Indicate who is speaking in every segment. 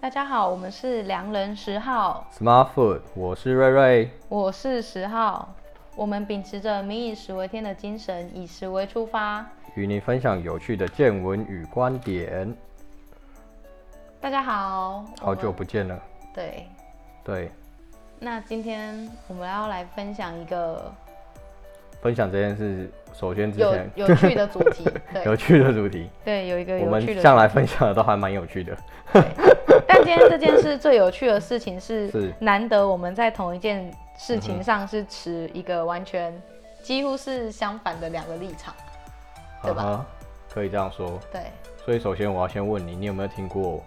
Speaker 1: 大家好，我们是良人十号，
Speaker 2: Smart Food，我是瑞瑞。
Speaker 1: 我是十号。我们秉持着“民以食为天”的精神，以食为出发。
Speaker 2: 与您分享有趣的见闻与观点。
Speaker 1: 大家好，
Speaker 2: 好久
Speaker 1: 我们
Speaker 2: 不见了，
Speaker 1: 对。
Speaker 2: 对，
Speaker 1: 那今天我们要来分享一个
Speaker 2: 分享这件事，首先之
Speaker 1: 有
Speaker 2: 前
Speaker 1: 有趣的主 题，
Speaker 2: 有
Speaker 1: 对
Speaker 2: 趣的主题，
Speaker 1: 对，有一个
Speaker 2: 我
Speaker 1: 有趣
Speaker 2: 们
Speaker 1: 的
Speaker 2: 向
Speaker 1: 主
Speaker 2: 来分享的都还蛮有趣的。
Speaker 1: 题。但今天这件事最有趣的事情是，
Speaker 2: 是
Speaker 1: 难得我们在同一件事情上是持一个完全几乎是相反的两个立场，对吧
Speaker 2: 啊哈可以这样说。
Speaker 1: 对。
Speaker 2: 所以首先我要先问你，你有没有听过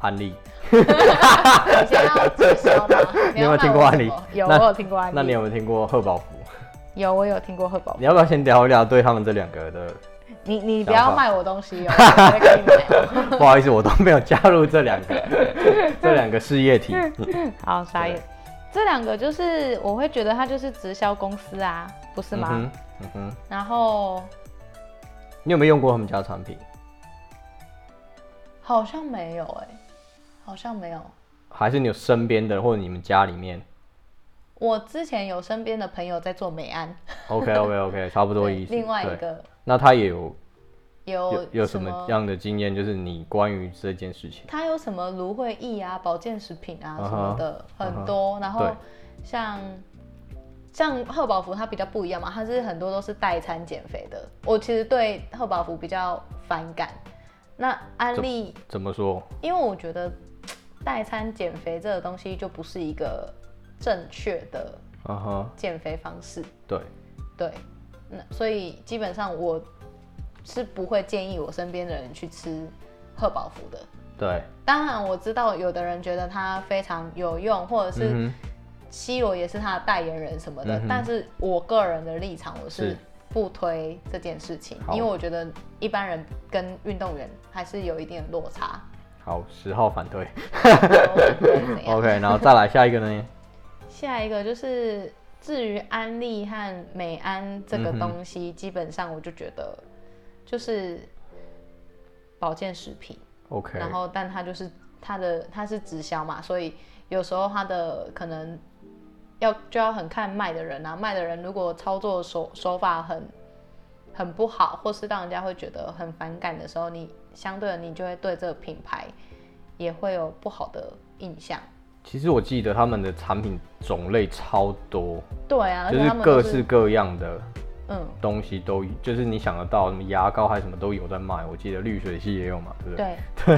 Speaker 2: 安利？
Speaker 1: 你现在要直销吗？
Speaker 2: 你有没
Speaker 1: 要
Speaker 2: 有听
Speaker 1: 卖
Speaker 2: 过
Speaker 1: 我
Speaker 2: 安
Speaker 1: 什
Speaker 2: 利
Speaker 1: 么有，
Speaker 2: 那
Speaker 1: 我有听过安利。
Speaker 2: 那你有没有听过贺宝福？
Speaker 1: 有，我有听过贺宝
Speaker 2: 你要不要先聊一聊对他们这两个的？
Speaker 1: 你你不
Speaker 2: 想
Speaker 1: 要
Speaker 2: 法
Speaker 1: 卖我东西哦， 我不会跟你买 哦。
Speaker 2: 不好意思，我都没有加入 这两个这两个事业体。
Speaker 1: 好，傻眼
Speaker 2: 对。
Speaker 1: 这两个就是我会觉得它就是直销公司啊，不是
Speaker 2: 嗯
Speaker 1: 吗？
Speaker 2: 哼，嗯哼，
Speaker 1: 然后
Speaker 2: 你有没有用过他们家的产品？
Speaker 1: 好像没有哎、好像没有。
Speaker 2: 还是你有身边的或者你们家里 面
Speaker 1: 我之前有身边的朋友在做美安，
Speaker 2: ？OK OK OK，差不多意思。
Speaker 1: 另外一
Speaker 2: 对，
Speaker 1: 个
Speaker 2: 那他也有
Speaker 1: 有
Speaker 2: 有有什么样的经验？就是你关于这件事情，
Speaker 1: 它有什么芦荟液啊、保健食品啊
Speaker 2: 嗯哼
Speaker 1: 什么的
Speaker 2: 嗯哼
Speaker 1: 很多。然后
Speaker 2: 对
Speaker 1: 像像贺宝福它比较不一样嘛，它是很多都是代餐减肥的。我其实对贺宝福比较反感。那安利，
Speaker 2: 怎么说？
Speaker 1: 因为我觉得代餐减肥这个东西就不是一个正确的
Speaker 2: 嗯哼，
Speaker 1: 减肥方式，
Speaker 2: 对，
Speaker 1: 对，那所以基本上我是不会建议我身边的人去吃贺宝福的。
Speaker 2: 对，
Speaker 1: 当然，我知道有的人觉得它非常有用，或者是
Speaker 2: 嗯
Speaker 1: C 罗也是他的代言人什么的。
Speaker 2: 嗯哼
Speaker 1: 但是我个人的立场，我是
Speaker 2: 是
Speaker 1: 不推这件事情，
Speaker 2: 好
Speaker 1: 因为我觉得一般人跟运动员还是有一点落 差。
Speaker 2: 哼，好，十号反对。
Speaker 1: 怎样
Speaker 2: OK，然后再来下一个呢？
Speaker 1: 下一个就是至于安利和美安这
Speaker 2: 嗯
Speaker 1: 个东西，基本上我就觉得就是保健食品。
Speaker 2: OK，
Speaker 1: 然后但它就是它的它是直销嘛，所以有时候它的可能要就要很看卖的人啊，卖的人如果操作手手法很很不好，或是让人家会觉得很反感的时候，你相对的你就会对这个品牌也会有不好的印象。
Speaker 2: 其实我记得他们的产品种类超多，
Speaker 1: 对啊，而
Speaker 2: 就
Speaker 1: 且
Speaker 2: 是
Speaker 1: 他们
Speaker 2: 各
Speaker 1: 都
Speaker 2: 式各样的
Speaker 1: 嗯，
Speaker 2: 东西都，就是你想得到，什么牙膏还是什么都有在卖。我记得滤水器也有嘛，对不对？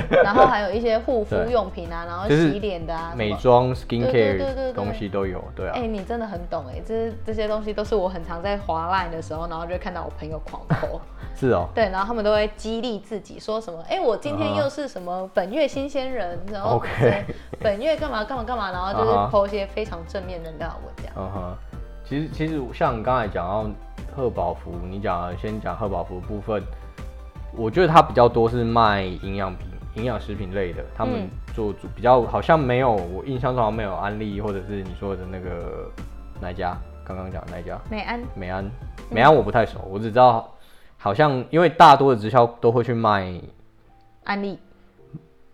Speaker 1: 对，啊 然后还有一些护肤用品啊，然后
Speaker 2: 就是
Speaker 1: 洗脸的啊，什
Speaker 2: 美
Speaker 1: 么。
Speaker 2: 妆、
Speaker 1: 对对对
Speaker 2: skincare 东西都有，对啊
Speaker 1: 哎、。你真的很懂哎、这这些东西都是我很常在滑 line 的时候，然后就会看到我朋友狂 抠，
Speaker 2: 是哦，
Speaker 1: 对，然后他们都会激励自己说什么，哎、我今天
Speaker 2: 啊
Speaker 1: 又是什么本月新鲜人，然后
Speaker 2: OK
Speaker 1: 对本月干嘛干嘛干嘛，然后就是
Speaker 2: 啊哈
Speaker 1: 剖一些非常正面能量的文章。
Speaker 2: 嗯哼，其实其实像你刚才讲到贺宝福，你讲了先讲贺宝福的部分，我觉得它比较多是卖营养品、营养食品类的，他们
Speaker 1: 嗯
Speaker 2: 做主比较好像没有，我印象中好像没有安利或者是你说的那个哪一家，刚刚讲的那一家
Speaker 1: 美安，
Speaker 2: 美安，美安我不太熟，我只知道好像因为大多的直销都会去卖
Speaker 1: 安利，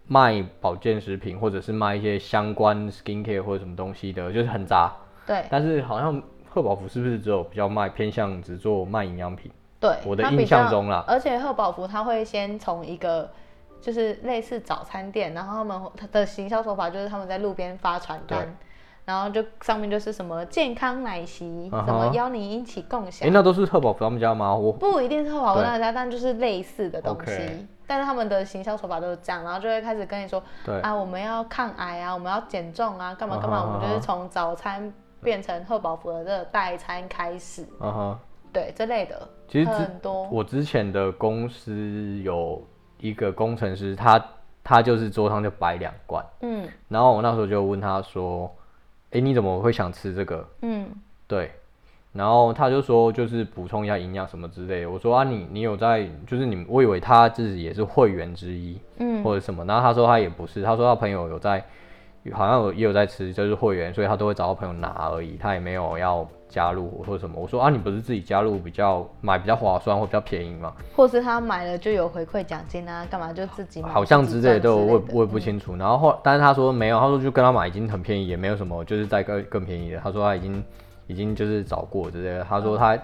Speaker 2: 卖保健食品或者是卖一些相关 skincare 或者什么东西的，就是很杂。
Speaker 1: 对
Speaker 2: 但是好像贺宝福是不是只有比较卖偏向只做卖营养品？
Speaker 1: 对，
Speaker 2: 我的
Speaker 1: 它比
Speaker 2: 印象
Speaker 1: 较
Speaker 2: 中啦
Speaker 1: 而且贺宝福他会先从一个就是类似早餐店，然后他们他的行销手法就是他们在路边发传单
Speaker 2: 对。
Speaker 1: 然后就上面就是什么健康奶昔，
Speaker 2: 啊哈
Speaker 1: 什么邀你一起共享
Speaker 2: 诶，，那都是贺宝福他们家吗？我
Speaker 1: 不一定是好文
Speaker 2: 对
Speaker 1: 大家，但就是类似的东西。
Speaker 2: OK
Speaker 1: 但是他们的行销手法都是这样，然后就会开始跟你说
Speaker 2: 对
Speaker 1: 啊，我们要抗癌啊，我们要减重啊，干嘛干嘛，
Speaker 2: 啊哈
Speaker 1: 我们就
Speaker 2: 啊
Speaker 1: 是
Speaker 2: 哈
Speaker 1: 从早餐变成贺宝福的这个代餐开始，
Speaker 2: 嗯哼，
Speaker 1: 对这类的，
Speaker 2: 其实之
Speaker 1: 很多
Speaker 2: 我之前的公司有一个工程师，他他就是桌上就摆两罐，
Speaker 1: 嗯
Speaker 2: 然后我那时候就问他说，诶，你怎么会想吃这个？
Speaker 1: 嗯
Speaker 2: 对，然后他就说就是补充一下营养什么之类的。我说啊你，你有在就是你，我以为他自己也是会员之一
Speaker 1: 嗯
Speaker 2: 或者什么，然后他说他也不是，他说他朋友有在好像有也有在吃，就是会员，所以他都会找朋友拿而已，他也没有要加入我或什么。我说啊，你不是自己加入比较买比较划算或比较便宜吗？
Speaker 1: 或是他买了就有回馈奖金啊，干嘛就自己买
Speaker 2: 好像之类
Speaker 1: 自己
Speaker 2: 的，
Speaker 1: 赚
Speaker 2: 对
Speaker 1: 之
Speaker 2: 我也
Speaker 1: 类的
Speaker 2: 我也不清楚。然后后，但是他说没有，他说就跟他买已经很便宜，也没有什么，就是再更更便宜的。他说他已经已经就是找过之类的。他说他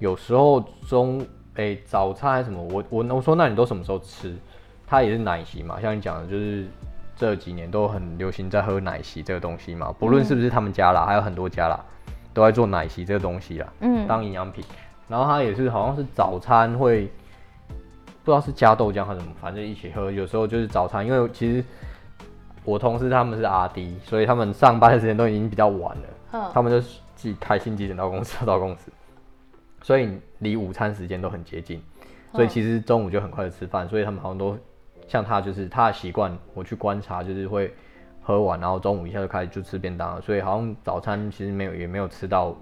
Speaker 2: 有时候中诶、早餐还是什么，我我我说那你都什么时候吃？他也是奶昔嘛，像你讲的，就是这几年都很流行在喝奶昔这个东西嘛，不论是不是他们家啦，还有很多家啦，都在做奶昔这个东西啦。
Speaker 1: 嗯
Speaker 2: 当营养品，然后他也是好像是早餐会，不知道是加豆浆还是什么，反正一起喝。有时候就是早餐，因为其实我同事他们是阿 D，所以他们上班的时间都已经比较晚了，
Speaker 1: 嗯
Speaker 2: 他们就是自己开心几点到公司就到公司，所以离午餐时间都很接近，
Speaker 1: 嗯
Speaker 2: 所以其实中午就很快的吃饭，所以他们好像都像他就是他的习惯，我去观察就是会。喝完，然后中午一下就开始就吃便当了，所以好像早餐其实没有也没有吃到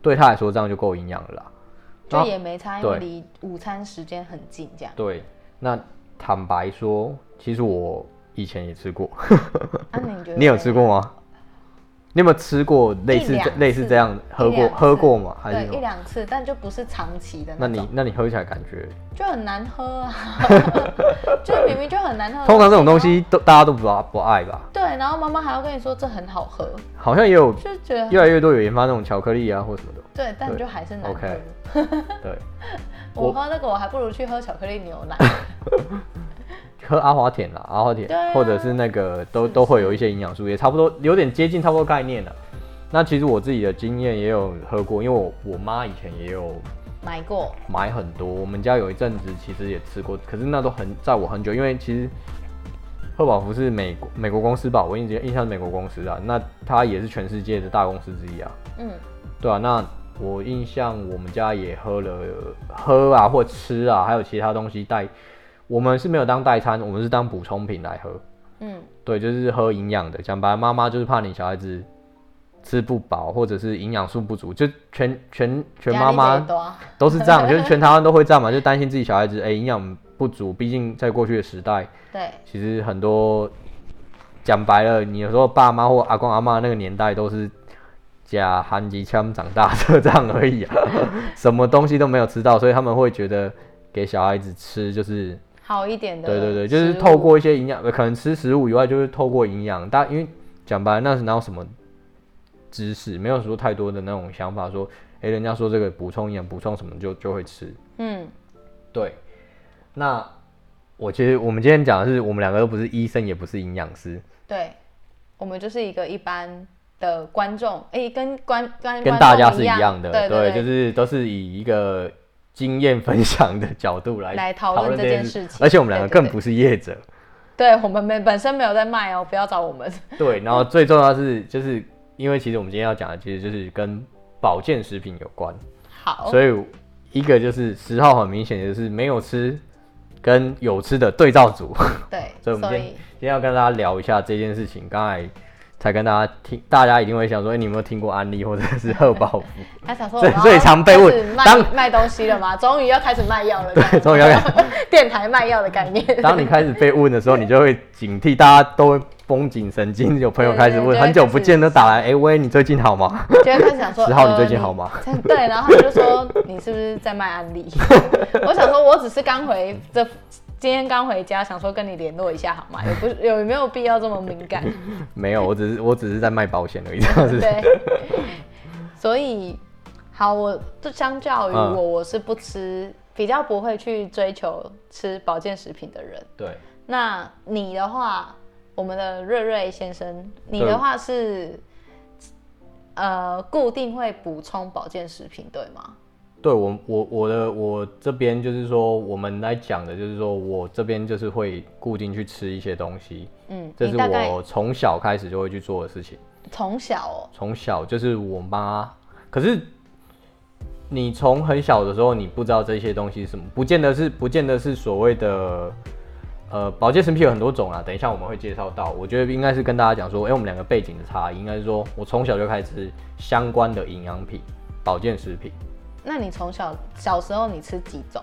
Speaker 2: 对他来说这样就够营养了啦。
Speaker 1: 就也没差，因为
Speaker 2: 对
Speaker 1: 离午餐时间很近，这样。
Speaker 2: 对，那坦白说，其实我以前也吃过，
Speaker 1: 啊，那你觉得？
Speaker 2: 你有吃？过吗？你有没有吃过类
Speaker 1: 一
Speaker 2: 似
Speaker 1: 两
Speaker 2: 这类似这样
Speaker 1: 次
Speaker 2: 喝
Speaker 1: 一
Speaker 2: 过
Speaker 1: 两次
Speaker 2: 喝过吗？还
Speaker 1: 对
Speaker 2: 是，什
Speaker 1: 一
Speaker 2: 么？
Speaker 1: 两次，但就不是长期的
Speaker 2: 那
Speaker 1: 种
Speaker 2: 你，那你喝起来感觉，
Speaker 1: 就很难喝 啊，就明明就很难喝。
Speaker 2: 通常这种东，西都大家都不不爱吧？
Speaker 1: 对，然后妈妈还要跟你说这很好喝，
Speaker 2: 好像也有
Speaker 1: 就觉得
Speaker 2: 越来越多有研发那种巧克力啊或什么的。
Speaker 1: 对，但
Speaker 2: 对
Speaker 1: 就还是难喝。
Speaker 2: OK 对，
Speaker 1: 我
Speaker 2: 我
Speaker 1: 喝那个，我还不如去喝巧克力牛 奶。
Speaker 2: 喝阿华田啦，阿华田、
Speaker 1: 对啊
Speaker 2: 或者是那个都都会有一些营养素，也差不多有点接近差不多概念了。那其实我自己的经验也有喝过，因为我我妈以前也有
Speaker 1: 买过，
Speaker 2: 买很多。我们家有一阵子其实也吃过，可是那都很在我很久，因为其实贺宝福是美国美国公司吧，我印印象是美国公司啊，那它也是全世界的大公司之一啊，
Speaker 1: 嗯，
Speaker 2: 对啊，那我印象我们家也喝了喝啊或吃啊，还有其他东西代，我们是没有当代餐，我们是当补充品来喝，
Speaker 1: 嗯，
Speaker 2: 对，就是喝营养的。讲白了，妈妈就是怕你小孩子。吃不饱，或者是营养素不足，就全全全妈
Speaker 1: 压
Speaker 2: 妈
Speaker 1: 力贼多啊
Speaker 2: 都是这样，就是全台湾都会这样嘛，就担心自己小孩子哎营养不足，毕竟在过去的时代，
Speaker 1: 对，
Speaker 2: 其实很多讲白了，你有时候爸妈或阿公阿妈那个年代都是假韩籍腔长大的这样而已啊， 什么东西都没有吃到，所以他们会觉得给小孩子吃就是
Speaker 1: 好一点的食
Speaker 2: 对
Speaker 1: 物。
Speaker 2: 对对，就是透过一些营养，呃可能吃食物以外，就是透过营养。但因为讲白了，那是哪有什么知识，没有说太多的那种想法，说，诶，人家说这个补充营养，补充什么就就会吃。
Speaker 1: 嗯，
Speaker 2: 对，那我其实我们今天讲的是，我们两个都不是医生，也不是营养师，
Speaker 1: 对，我们就是一个一般的观众，诶，跟观跟
Speaker 2: 跟
Speaker 1: 观
Speaker 2: 大
Speaker 1: 众
Speaker 2: 家是
Speaker 1: 一
Speaker 2: 一样的，
Speaker 1: 对对，
Speaker 2: 就是都是以一个经验分享的角度来
Speaker 1: 来讨
Speaker 2: 讨
Speaker 1: 论
Speaker 2: 论
Speaker 1: 这件事情
Speaker 2: 而且我们两个
Speaker 1: 对对
Speaker 2: 更
Speaker 1: 对
Speaker 2: 不是业者。
Speaker 1: 对我们没本身没有在卖哦，不要找我 们。
Speaker 2: 对，然后最重要是，就是因为其实我们今天要讲的，其实就是跟保健食品有关，
Speaker 1: 好，
Speaker 2: 所以一个就是十号很明显就是没有吃跟有吃的对照组，
Speaker 1: 对，
Speaker 2: 所以我们今天今天要跟大家聊一下这件事情。刚才才跟大家听，大家一定会想说，哎、你有没有听过安利或者是贺宝福？
Speaker 1: 他想说
Speaker 2: 这
Speaker 1: 我们要
Speaker 2: 最常被问
Speaker 1: 开始卖
Speaker 2: 当
Speaker 1: 卖东西了吗？终于要开始卖药了，
Speaker 2: 对终于要开
Speaker 1: 电台卖药的概念。
Speaker 2: 当你开始被问的时候，你就会警惕，大家都会绷紧神经。有朋友开始
Speaker 1: 对对
Speaker 2: 问，
Speaker 1: 对
Speaker 2: 很久不
Speaker 1: 开始
Speaker 2: 见都打来，哎、喂，你最近好吗？
Speaker 1: 就会开始想说，
Speaker 2: 十号你
Speaker 1: 呃
Speaker 2: 最近好吗？
Speaker 1: 你 对，然后他们就说你是不是在卖安利？ 我想说，我只是刚回这。今天刚回家，想说跟你联络一下好 吗？有不有没有必要这么敏感？
Speaker 2: 没有，我只是我只是在卖保 险而已，这样子。
Speaker 1: 对，所以好，我就相较于
Speaker 2: 嗯
Speaker 1: 我，我是不吃，比较不会去追求吃保健食品的人。
Speaker 2: 对。
Speaker 1: 那你的话，我们的瑞瑞先生，你
Speaker 2: 对
Speaker 1: 的话是呃固定会补充保健食品，对吗？
Speaker 2: 对我我我的我这边就是说，我们来讲的就是说我这边就是会固定去吃一些东西，
Speaker 1: 嗯，
Speaker 2: 这
Speaker 1: 你
Speaker 2: 是
Speaker 1: 大概
Speaker 2: 我从小开始就会去做的事情。
Speaker 1: 从小哦，
Speaker 2: 从小就是我妈，可是你从很小的时候，你不知道这些东西是什么，不见得是不见得是所谓的呃保健食品有很多种啦。等一下我们会介绍到，我觉得应该是跟大家讲说，哎、我们两个背景的差异，应该是说我从小就开始吃相关的营养品、保健食品。
Speaker 1: 那你从小小时候你吃几种？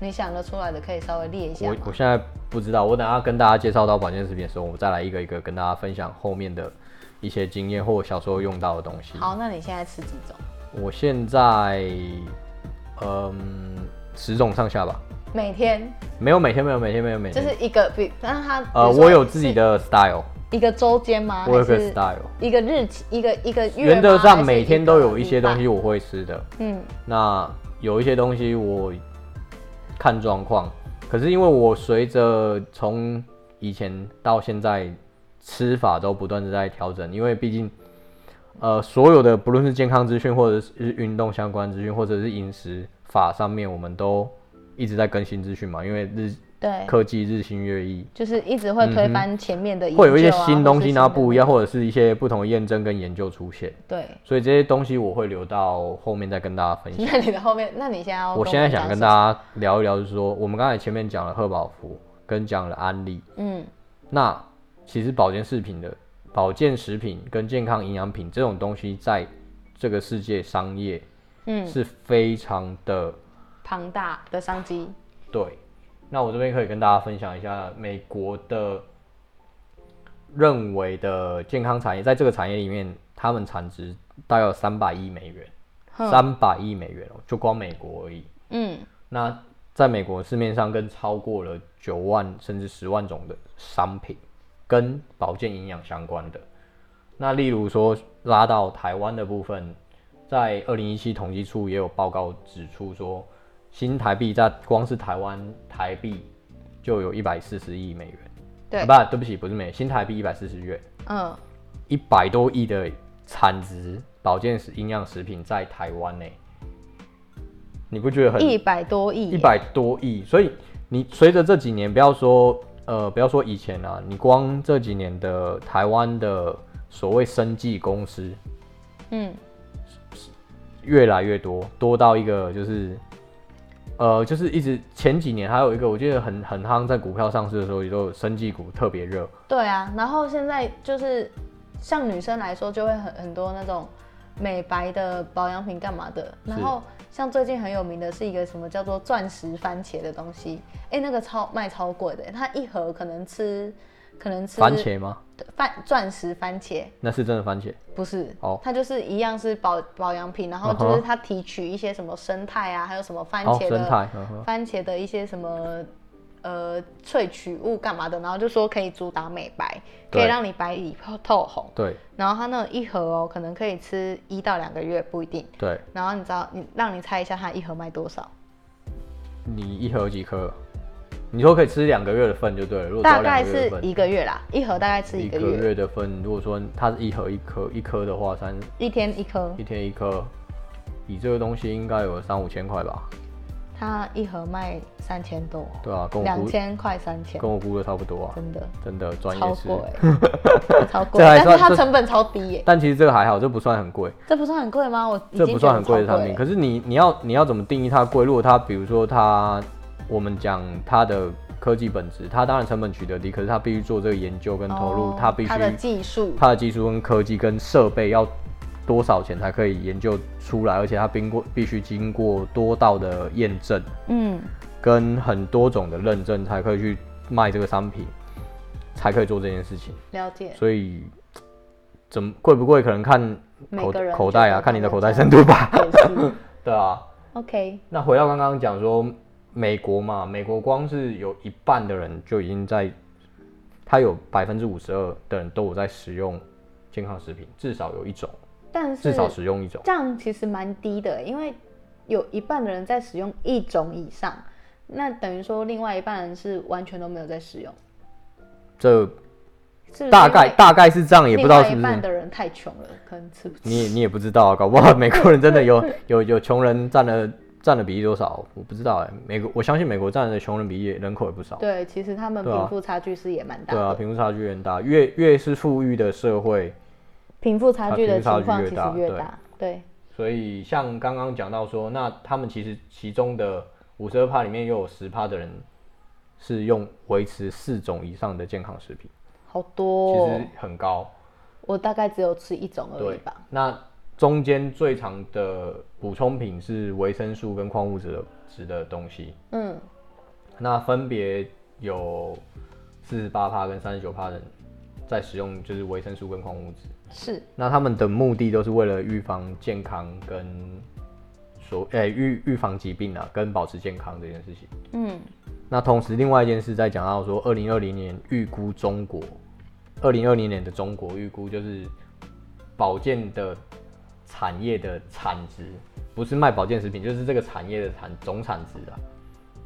Speaker 1: 你想得出来的可以稍微列一下
Speaker 2: 我
Speaker 1: 吗
Speaker 2: 我？现在不知道，我等下跟大家介绍到保健食品的时候，我再来一个一个跟大家分享后面的一些经验或小时候用到的东西。
Speaker 1: 好，那你现在吃几种？
Speaker 2: 我现在，嗯，十种上下吧，
Speaker 1: 每天
Speaker 2: 没有每天，没有每天，没有每
Speaker 1: 就
Speaker 2: 天。
Speaker 1: 是一个比，但是它
Speaker 2: 呃，
Speaker 1: 比如说
Speaker 2: 我有自己的 style，
Speaker 1: 一个周间吗？
Speaker 2: 我有
Speaker 1: 还
Speaker 2: 个
Speaker 1: 是
Speaker 2: style。
Speaker 1: 一个日期，一个一个月吗。
Speaker 2: 原则上
Speaker 1: 还是
Speaker 2: 每天都有一些
Speaker 1: 个礼拜
Speaker 2: 东西。我会吃的，
Speaker 1: 嗯，
Speaker 2: 那有一些东西我看状况，可是因为我随着从以前到现在吃法都不断的在调整，因为毕竟呃所有的不论是健康资讯或者是运动相关资讯，或者是饮食法上面，我们都一直在更新资讯嘛，因为日
Speaker 1: 对，
Speaker 2: 科技日新月异，
Speaker 1: 就是一直会推翻前面的研究啊、
Speaker 2: 嗯会有一些新东西，
Speaker 1: 或是新的
Speaker 2: 然后不一样，或者是一些不同的验证跟研究出现，
Speaker 1: 对，
Speaker 2: 所以这些东西我会留到后面再跟大家 分享。
Speaker 1: 那你的后面，那你现在要
Speaker 2: 我现在想跟大
Speaker 1: 家，
Speaker 2: 家聊一聊，就是说我们刚才前面讲了贺宝福，跟讲了安利，
Speaker 1: 嗯，
Speaker 2: 那其实保健食品的保健食品跟健康营养品这种东西，在这个世界商业，
Speaker 1: 嗯
Speaker 2: 是非常的
Speaker 1: 庞大的商机，
Speaker 2: 对。那我这边可以跟大家分享一下美国的认为的健康产业，在这个产业里面，他们产值大概有三百亿美元，
Speaker 1: 哼
Speaker 2: 三百亿美元哦，就光美国而已。
Speaker 1: 嗯，
Speaker 2: 那在美国市面上更超过了九万甚至十万种的商品，跟保健营养相关的。那例如说拉到台湾的部分，在二零一七统计处也有报告指出说，新台币在光是台湾台币就有一百四十亿美元，
Speaker 1: 对
Speaker 2: 啊，不，对不起，不是美元，新台币一百四十元，
Speaker 1: 嗯，
Speaker 2: 一百多亿的产值保健食营养食品在台湾呢、你不觉得很
Speaker 1: 一百多亿耶，
Speaker 2: 一百多亿，所以你随着这几年，不要说呃，不要说以前啊，你光这几年的台湾的所谓生技公司
Speaker 1: 嗯，
Speaker 2: 越来越多，多到一个就是呃，就是一直前几年还有一个，我记得很很夯，在股票上市的时候，也都有生技股特别热，
Speaker 1: 对啊，然后现在就是像女生来说，就会很很多那种美白的保养品干嘛的，
Speaker 2: 是
Speaker 1: 然后像最近很有名的是一个什么叫做钻石番茄的东西，哎、那个超卖超贵的，它一盒可能吃可能吃
Speaker 2: 番茄吗？
Speaker 1: 番钻石番茄，
Speaker 2: 那是真的番茄
Speaker 1: 不是，
Speaker 2: 哦
Speaker 1: 它就是一样是保保养品，然后
Speaker 2: 嗯哼
Speaker 1: 就是它提取一些什么生态啊，还有什么番
Speaker 2: 哦，
Speaker 1: 茄
Speaker 2: 生
Speaker 1: 的、
Speaker 2: 态，呵呵
Speaker 1: 番茄的一些什么呃萃取物干嘛的，然后就说可以主打美白，可
Speaker 2: 对
Speaker 1: 以让你白里透红。
Speaker 2: 对
Speaker 1: 然后它那种一盒哦，可能可以吃一到两个月不一定。
Speaker 2: 对，
Speaker 1: 然后你知道，你让你猜一下它一盒卖多少？
Speaker 2: 你一盒有几颗？你说可以吃两个月的份就对了，如果只
Speaker 1: 大
Speaker 2: 要两
Speaker 1: 概
Speaker 2: 个月的
Speaker 1: 是
Speaker 2: 份。
Speaker 1: 一个月啦，一盒大概吃一
Speaker 2: 一
Speaker 1: 个
Speaker 2: 个
Speaker 1: 月，
Speaker 2: 月的份，如果说它是一盒一颗一颗的话，三
Speaker 1: 一天一颗，
Speaker 2: 一天一颗，以这个东西应该有三五千块吧？
Speaker 1: 它一盒卖三千多，
Speaker 2: 对啊，跟我
Speaker 1: 两
Speaker 2: 估
Speaker 1: 千块三千，
Speaker 2: 跟我估的差不多啊，
Speaker 1: 真的。
Speaker 2: 真的专
Speaker 1: 超
Speaker 2: 业是。
Speaker 1: 贵，超贵，
Speaker 2: 这还
Speaker 1: 但是
Speaker 2: 算
Speaker 1: 它
Speaker 2: 这
Speaker 1: 成本超低耶，
Speaker 2: 但其实这个还好，这不算很贵，
Speaker 1: 这不算很贵吗？我已
Speaker 2: 这
Speaker 1: 经
Speaker 2: 不
Speaker 1: 觉得
Speaker 2: 算很贵的
Speaker 1: 超
Speaker 2: 产品。
Speaker 1: 了
Speaker 2: 可是你你要你要怎么定义它贵？如果它比如说它，我们讲它的科技本质，它当然成本取得低，可是它必须做这个研究跟投入，
Speaker 1: 哦
Speaker 2: 它必须
Speaker 1: 它的技术，
Speaker 2: 它的技术跟科技跟设备要多少钱才可以研究出来，而且它经过必须经过多道的验证，
Speaker 1: 嗯，
Speaker 2: 跟很多种的认证才可以去卖这个商品，才可以做这件事情。
Speaker 1: 了解，
Speaker 2: 所以，怎么贵不贵，可能看
Speaker 1: 每
Speaker 2: 口
Speaker 1: 个人
Speaker 2: 口袋啊，
Speaker 1: 觉得
Speaker 2: 看你的
Speaker 1: 他
Speaker 2: 口袋
Speaker 1: 这样
Speaker 2: 深 度吧。
Speaker 1: 也是
Speaker 2: 对啊，
Speaker 1: OK，
Speaker 2: 那回到刚刚讲说美国嘛，美国光是有一半的人就已经在，他有百分之五十二的人都有在使用健康食品，至少有一种，
Speaker 1: 但
Speaker 2: 至
Speaker 1: 是
Speaker 2: 少使用一种。
Speaker 1: 这样其实蛮低的，因为有一半的人在使用一种以上，那等于说另外一半人是完全都没有在使用，
Speaker 2: 这
Speaker 1: 是不是
Speaker 2: 大
Speaker 1: 因
Speaker 2: 概
Speaker 1: 为
Speaker 2: 大概是这样，也不知道是
Speaker 1: 另
Speaker 2: 不
Speaker 1: 外一半
Speaker 2: 是。
Speaker 1: 的人太穷了，可能吃不起，
Speaker 2: 你也你也不知道、啊，搞 不好美国人真的有有有穷人占了占了比例多少，我不知道哎、美国我相信美国占的穷人比例人口也不少。
Speaker 1: 对，其实他们
Speaker 2: 对啊
Speaker 1: 贫富差距是也蛮大
Speaker 2: 对啊，
Speaker 1: 的，
Speaker 2: 贫富差距很大，越越是富裕的社会，
Speaker 1: 贫富差距的
Speaker 2: 贫富差
Speaker 1: 情
Speaker 2: 距
Speaker 1: 况
Speaker 2: 越
Speaker 1: 其
Speaker 2: 大
Speaker 1: 实越
Speaker 2: 对
Speaker 1: 大，对。
Speaker 2: 所以像刚刚讲到说，那他们其实其中的五十二趴里面又有十趴的人是用维持四种以上的健康食品，
Speaker 1: 好
Speaker 2: 其
Speaker 1: 多、哦
Speaker 2: 实，很高。
Speaker 1: 我大概只有吃一种而已
Speaker 2: 对
Speaker 1: 吧。，
Speaker 2: 那中间最长的补充品是维生素跟矿物质的质的东西，
Speaker 1: 嗯，
Speaker 2: 那分别有四十八趴跟三十九趴人在使用就是维生素跟矿物质。
Speaker 1: 是
Speaker 2: 那他们的目的都是为了预防健康跟所诶、预预防疾病啊，跟保持健康这件事情。
Speaker 1: 嗯
Speaker 2: 那同时，另外一件事在讲到说，二零二零年预估中国，二零二零年的中国预估就是保健的产业的产值，不是卖保健食品，就是这个产业的产总产值啊，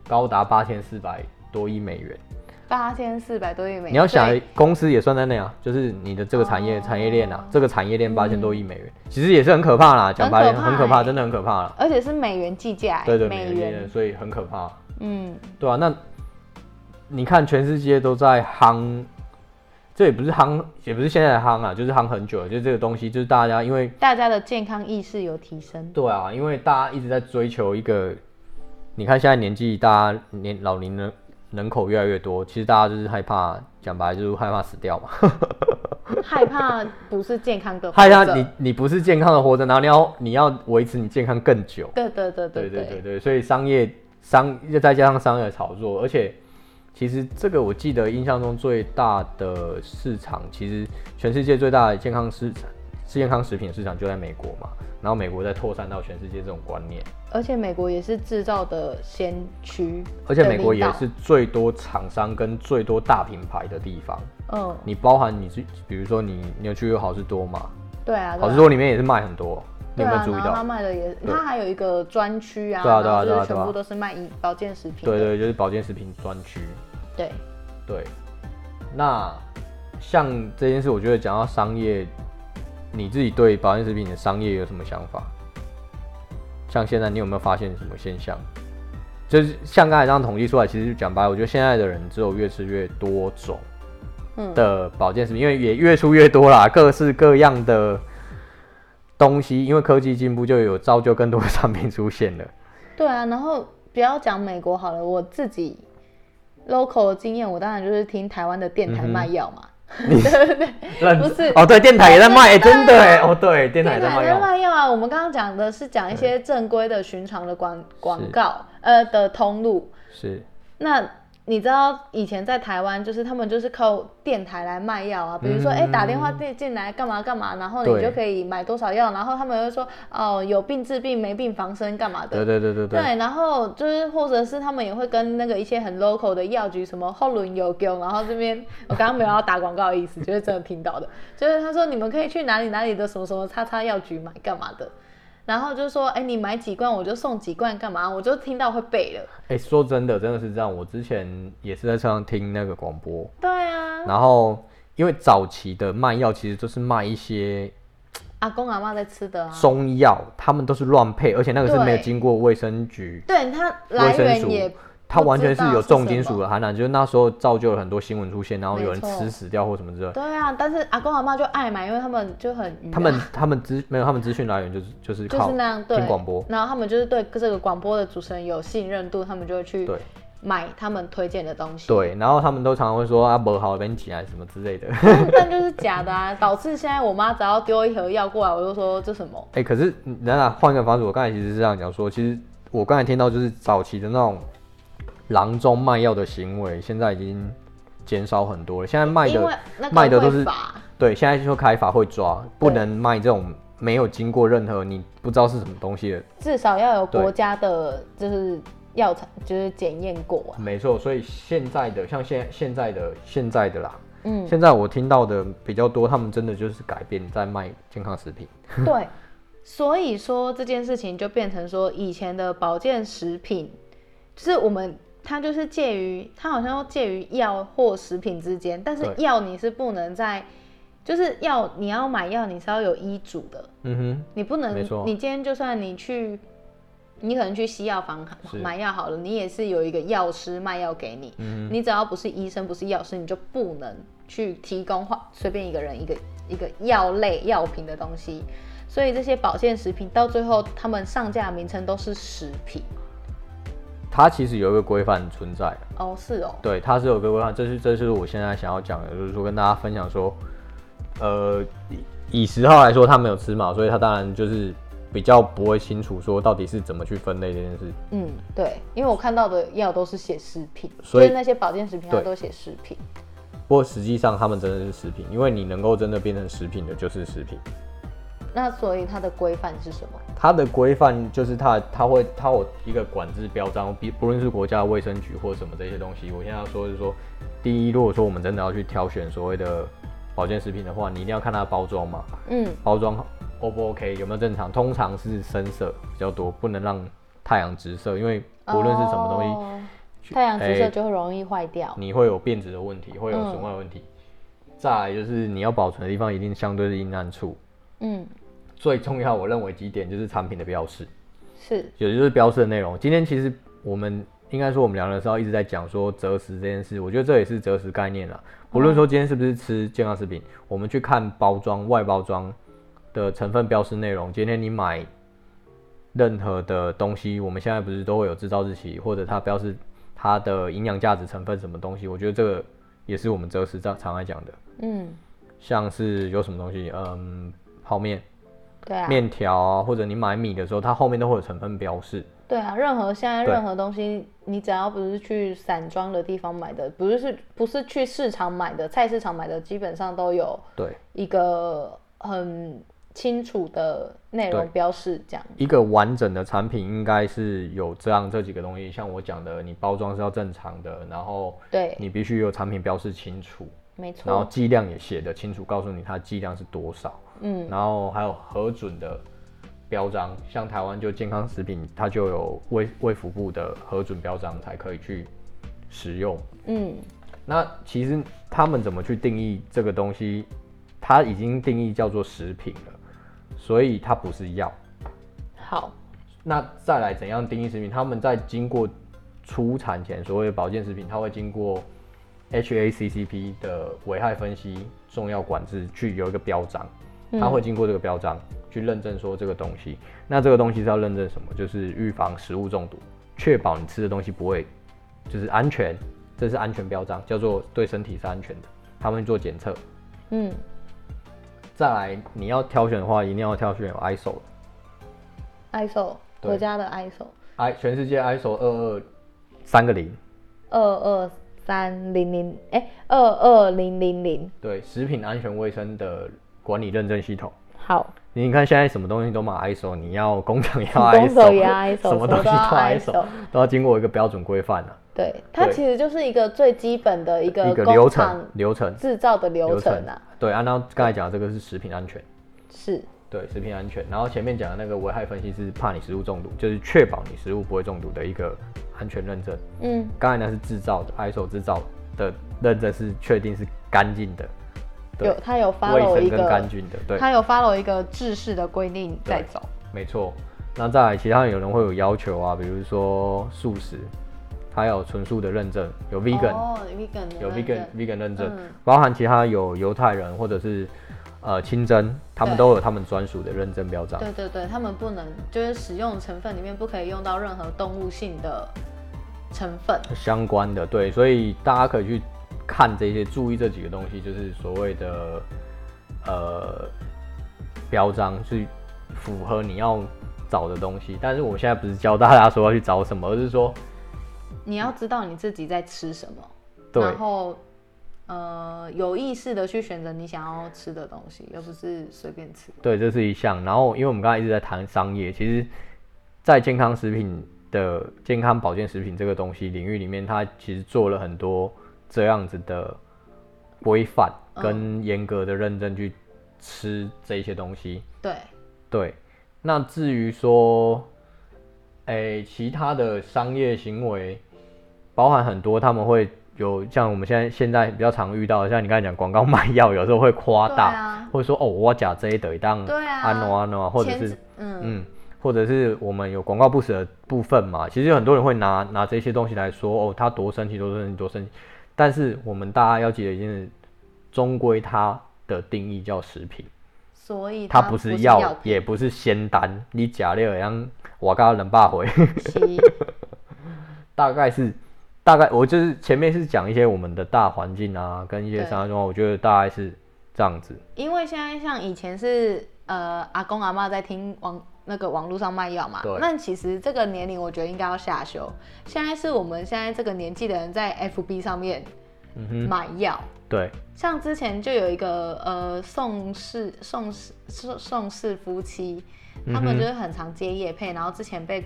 Speaker 2: 高达八千四百多亿美元。
Speaker 1: 八千四百多亿美元。
Speaker 2: 你要想
Speaker 1: 所以，
Speaker 2: 公司也算在内啊，就是你的这个产业、
Speaker 1: 哦嗯
Speaker 2: 产业链啊，这个产业链八千多亿美元，其实也是很可怕啦。讲白了，
Speaker 1: 很可怕
Speaker 2: 很可怕，
Speaker 1: 欸
Speaker 2: 真的很可怕啦。
Speaker 1: 而且是美元计价欸，
Speaker 2: 对对，
Speaker 1: 美
Speaker 2: 美元，
Speaker 1: 元，
Speaker 2: 所以很可怕，
Speaker 1: 嗯，
Speaker 2: 对啊，那你看，全世界都在夯，这也不是夯，也不是现在的夯啊，就是夯很久了，就是这个东西，就是大家因为
Speaker 1: 大家的健康意识有提 升，
Speaker 2: 对啊，因为大家一直在追求一个，你看现在年纪大家年老龄人人口越来越多，其实大家就是害怕，讲白了就是害怕死掉嘛。
Speaker 1: 害怕不是健康的，
Speaker 2: 害他你你不是健康的活着，然后你要你要维持你健康更久。
Speaker 1: 对对对
Speaker 2: 对对
Speaker 1: 对
Speaker 2: 对对，所以商业商又再加上商业的炒作，而且其实这个我记得印象中最大的市场，其实全世界最大的健康市场。健康食品市场就在美国嘛，然后美国再拓散到全世界这种观念，
Speaker 1: 而且美国也是制造的先驱，
Speaker 2: 而且美国也，是最多厂商跟最多大品牌的地方。
Speaker 1: 嗯，
Speaker 2: 你包含你去，比如说你你有去过好事多嘛？
Speaker 1: 对啊，
Speaker 2: 好
Speaker 1: 对
Speaker 2: 事
Speaker 1: 啊
Speaker 2: 多里面也是卖很多，你
Speaker 1: 对
Speaker 2: 有没有
Speaker 1: 啊，
Speaker 2: 注意
Speaker 1: 然
Speaker 2: 到
Speaker 1: 后？他卖的也，
Speaker 2: 对
Speaker 1: 他还有一个专区啊，
Speaker 2: 对啊对啊
Speaker 1: 然后就
Speaker 2: 对啊
Speaker 1: 是
Speaker 2: 对啊
Speaker 1: 全部都是卖医保健食品
Speaker 2: 对
Speaker 1: 的，
Speaker 2: 对，就是保健食品专区。
Speaker 1: 对，
Speaker 2: 对，那像这件事，我觉得讲到商业，你自己对保健食品的商业有什么想法？像现在你有没有发现什么现象？就是像刚才这样统计出来，其实讲白了，我觉得现在的人只有越吃越多种
Speaker 1: 嗯
Speaker 2: 的保健食品，因为也越出越多啦，各式各样的东西，因为科技进步就有造就更多的产品出现了。
Speaker 1: 对啊，然后不要讲美国好了，我自己 local 的经验，我当然就是听台湾的电
Speaker 2: 嗯
Speaker 1: 台卖药 嘛，不是
Speaker 2: 哦，对，电台也在卖，欸真的
Speaker 1: 对
Speaker 2: 哎，
Speaker 1: 啊
Speaker 2: 哦对，电台也在卖
Speaker 1: 在
Speaker 2: 药，
Speaker 1: 卖药啊。我们刚刚讲的是讲一些正规的、寻常的广广告，呃的通路。
Speaker 2: 是，
Speaker 1: 那你知道以前在台湾，就是他们就是靠电台来卖药啊，比如说
Speaker 2: 嗯
Speaker 1: 哎、打电话进进来干嘛干嘛，然后你
Speaker 2: 对
Speaker 1: 就可以买多少药，然后他们又说哦有病治病，没病防身干嘛的
Speaker 2: 对。对对对对。
Speaker 1: 对，然后就是或者是他们也会跟那个一些很 local 的药局，什么后轮有给，然后这边我刚刚没有要打广告的意思，就是真的听到的，就是他说你们可以去哪里哪里的什么什么叉叉药局买干嘛的，然后就说哎、你买几罐我就送几罐干嘛，我就听到会背了。
Speaker 2: 哎、说真的，真的是这样。我之前也是在车上听那个广播，
Speaker 1: 对啊，
Speaker 2: 然后因为早期的卖药其实就是卖一些
Speaker 1: 阿公阿妈在吃的啊，
Speaker 2: 中药，他们都是乱配，而且那个是没有
Speaker 1: 对
Speaker 2: 经过卫生局，
Speaker 1: 对它
Speaker 2: 卫
Speaker 1: 来
Speaker 2: 生
Speaker 1: 源
Speaker 2: 署
Speaker 1: 也
Speaker 2: 它完全
Speaker 1: 不知道
Speaker 2: 有
Speaker 1: 是
Speaker 2: 重金
Speaker 1: 什
Speaker 2: 属
Speaker 1: 么
Speaker 2: 的含量，就是那时候造就了很多新闻出现，然后有人
Speaker 1: 没错
Speaker 2: 吃死掉或什么之类的。
Speaker 1: 对啊，但是阿公阿妈就爱买，因为他们就很愚啊
Speaker 2: 他们他们资没有他们资讯来源就是就是
Speaker 1: 就
Speaker 2: 靠
Speaker 1: 是那样对
Speaker 2: 听广播，
Speaker 1: 然后他们就是对这个广播的主持人有信任度，他们就会去
Speaker 2: 对
Speaker 1: 买他们推荐的东西。
Speaker 2: 对，然后他们都常常会说啊不好跟起来什么之类的。
Speaker 1: 但，但就是假的啊！ 导致现在我妈只要丢一盒药过来，我就说这什么？
Speaker 2: 哎、可是嗯然然换个方式，我刚才其实是这样讲说，其实我刚才听到就是早期的那种郎中卖药的行为，现在已经减少很多了。现在卖
Speaker 1: 因为
Speaker 2: 的
Speaker 1: 那个
Speaker 2: 卖的都
Speaker 1: 会
Speaker 2: 是
Speaker 1: 罚
Speaker 2: 对，现在就开法会抓，不
Speaker 1: 对
Speaker 2: 能卖这种没有经过任何你不知道是什么东西的。
Speaker 1: 至少要有
Speaker 2: 对
Speaker 1: 国家的，就是药厂就是检验 过啊。
Speaker 2: 没错，所以现在的像现现在的现在的啦，
Speaker 1: 嗯，
Speaker 2: 现在我听到的比较多，他们真的就是改变在卖健康食品。
Speaker 1: 对，所以说这件事情就变成说，以前的保健食品，就是我们它就是介于它好像介于药或食品之间，但是
Speaker 2: 对
Speaker 1: 药你是不能在，就是药你要买药你是要有医嘱的，
Speaker 2: 嗯哼，
Speaker 1: 你不能
Speaker 2: 没错，
Speaker 1: 你今天就算你去，你可能去西药房
Speaker 2: 是
Speaker 1: 买药好了，你也是有一个药师卖药给你，
Speaker 2: 嗯
Speaker 1: 你只要不是医生，不是药师，你就不能去提供化随便一个人一个一个药类药品的东西。所以这些保健食品到最后，他们上架的名称都是食品。
Speaker 2: 它其实有一个规范存在。啊
Speaker 1: 哦，是哦，
Speaker 2: 对，它是有个规范，这是这是我现在想要讲的，就是说跟大家分享说，呃，以十号来说，他没有吃嘛，所以他当然就是比较不会清楚说到底是怎么去分类这件事。
Speaker 1: 嗯，对，因为我看到的药都是写食品，
Speaker 2: 所以
Speaker 1: 就是那些保健食品它
Speaker 2: 对
Speaker 1: 都写食品。
Speaker 2: 不过实际上他们真的是食品，因为你能够真的变成食品的就是食品。
Speaker 1: 那所以它的规范是什么？
Speaker 2: 它的规范就是它它会它有一个管制标章，比不论是国家卫生局或什么这些东西，我现在要说是说，第一，如果说我们真的要去挑选所谓的保健食品的话，你一定要看它的包装嘛，
Speaker 1: 嗯，
Speaker 2: 包装 O 不 OK 有没有正常，通常是深色比较多，不能让太阳直射，因为
Speaker 1: 哦
Speaker 2: 不论是什么东西，哎
Speaker 1: 西，哦太阳直射就会容易坏掉。
Speaker 2: 你会有变质的问题，会有损坏问题。再来就是你要保存的地方一定相对是阴暗处，
Speaker 1: 嗯，
Speaker 2: 最重要我认为几点就是产品的标识。
Speaker 1: 是，
Speaker 2: 也就是标示的内容。今天其实我们应该说，我们聊的时候一直在讲说择食这件事，我觉得这也是择食概念啦。不论说今天是不是吃健康食品，我们去看包装、外包装的成分标示内容。今天你买任何的东西，我们现在不是都会有制造日期，或者它标示它的营养价值、成分什么东西？我觉得这个也是我们择食常常爱讲的，
Speaker 1: 嗯，
Speaker 2: 像是有什么东西，嗯，泡面、
Speaker 1: 对啊，
Speaker 2: 面条啊，或者你买米的时候，它后面都会有成分标示。
Speaker 1: 对啊，任何现在
Speaker 2: 对
Speaker 1: 任何东西，你只要不是去散装的地方买的，不是是不是去市场买的，菜市场买的，基本上都有
Speaker 2: 对，
Speaker 1: 一个很清楚的内容
Speaker 2: 对
Speaker 1: 标示，这样。
Speaker 2: 一个完整的产品应该是有这样这几个东西，像我讲的，你包装是要正常的，然后
Speaker 1: 对，
Speaker 2: 你必须有产品标示清楚，
Speaker 1: 没
Speaker 2: 然后
Speaker 1: 错。
Speaker 2: 剂量也写的清楚，告诉你它剂量是多少，
Speaker 1: 嗯，
Speaker 2: 然后还有核准的标章，像台湾就健康食品，它就有卫卫福部的核准标章才可以去使用。
Speaker 1: 嗯，
Speaker 2: 那其实他们怎么去定义这个东西，它已经定义叫做食品了，所以它不是药。
Speaker 1: 好，
Speaker 2: 那再来怎样定义食品？他们在经过出产前，所谓的保健食品，它会经过 HACCP 的危害分析、重要管制去有一个标章，它会经过这个标章去认证说这个东西。那这个东西是要认证什么？就是预防食物中毒，确保你吃的东西不会就是安全，这是安全标章，叫做对身体是安全的。他们做检测，
Speaker 1: 嗯，
Speaker 2: 再来你要挑选的话，一定要挑选有 ISO 的
Speaker 1: ISO
Speaker 2: 对
Speaker 1: 国家的 ISO
Speaker 2: I 全世界 ISO 二二三个零。
Speaker 1: 二二三零零，哎，二二零零零。
Speaker 2: 对食品安全卫生的管理认证系统。
Speaker 1: 好，
Speaker 2: 你看现在什么东西都买 ISO，你要工厂也要
Speaker 1: 工
Speaker 2: ISO，,
Speaker 1: 手也要 ISO，
Speaker 2: 什么东西
Speaker 1: 什么都要
Speaker 2: ISO，都要经过一个标准规范啊，
Speaker 1: 对，它
Speaker 2: 对
Speaker 1: 其实就是一个最基本的一
Speaker 2: 一
Speaker 1: 个
Speaker 2: 个
Speaker 1: 工
Speaker 2: 流
Speaker 1: 厂
Speaker 2: 程流程
Speaker 1: 制造的流程啊。。
Speaker 2: 对，按照刚才讲的这个是食品安全，
Speaker 1: 是，
Speaker 2: 对食品安全。然后前面讲的那个危害分析是怕你食物中毒，就是确保你食物不会中毒的一个安全认证。
Speaker 1: 嗯，
Speaker 2: 刚才那是制造的 ISO 制造的认证是确定是干净的，对
Speaker 1: 有它有
Speaker 2: 卫
Speaker 1: follow
Speaker 2: 生
Speaker 1: 一
Speaker 2: 跟干
Speaker 1: 个，
Speaker 2: 净的，对。
Speaker 1: 它有 follow 一个制式的规定在走。
Speaker 2: 没错，那再来，其他有人会有要求啊，比如说素食，它有纯素的认证，有 vegan，、
Speaker 1: 哦，vegan 的
Speaker 2: 有
Speaker 1: 认
Speaker 2: vegan
Speaker 1: 证
Speaker 2: vegan 认证，
Speaker 1: 嗯
Speaker 2: 包含其他有犹太人或者是呃清真，他们
Speaker 1: 对
Speaker 2: 都有他们专属的认证标章。
Speaker 1: 对对对，他们不能就是使用成分里面不可以用到任何动物性的成分。
Speaker 2: 相关的，对，所以大家可以去看这些，注意这几个东西，就是所谓的呃标章是符合你要找的东西。但是我现在不是教大家说要去找什么，而是说
Speaker 1: 你要知道你自己在吃什么，
Speaker 2: 对
Speaker 1: 然后呃有意识的去选择你想要吃的东西，而不是随便吃。
Speaker 2: 对，这是一项。然后，因为我们刚才一直在谈商业，其实，在健康食品的健康保健食品这个东西领域里面，它其实做了很多这样子的规范
Speaker 1: 嗯
Speaker 2: 跟严格的认证去吃这些东西。
Speaker 1: 对，
Speaker 2: 对，那至于说，哎、其他的商业行为，包含很多他们会有像我们现在现在比较常遇到的，像你刚才讲广告卖药，有时候会夸
Speaker 1: 对
Speaker 2: 大，
Speaker 1: 啊
Speaker 2: 或者说哦，我假这一等当
Speaker 1: 对啊
Speaker 2: 安诺安诺，或者
Speaker 1: 前
Speaker 2: 是
Speaker 1: 阵嗯
Speaker 2: 嗯，或者是我们有广告不实的部分嘛，其实有很多人会拿拿这些东西来说哦，他多生气，多生气，多生气。但是我们大家要记得一件事，终归它的定义叫食品，
Speaker 1: 所以
Speaker 2: 它
Speaker 1: 不
Speaker 2: 不是
Speaker 1: 药
Speaker 2: 药，也不是仙丹。你假料像我刚冷霸回，
Speaker 1: 品。
Speaker 2: 大概是大概我就是前面是讲一些我们的大环境啊，跟一些
Speaker 1: 对
Speaker 2: 商业状况，我觉得大概是这样子。
Speaker 1: 因为现在像以前是呃阿公阿妈在听网那个网络上卖药嘛
Speaker 2: 对，
Speaker 1: 那其实这个年龄我觉得应该要下修。现在是我们现在这个年纪的人在 FB 上面
Speaker 2: 嗯哼，
Speaker 1: 买药，
Speaker 2: 对，
Speaker 1: 像之前就有一个呃宋氏宋氏宋宋氏夫妻，他
Speaker 2: 嗯哼
Speaker 1: 们就是很常接夜配，然后之前被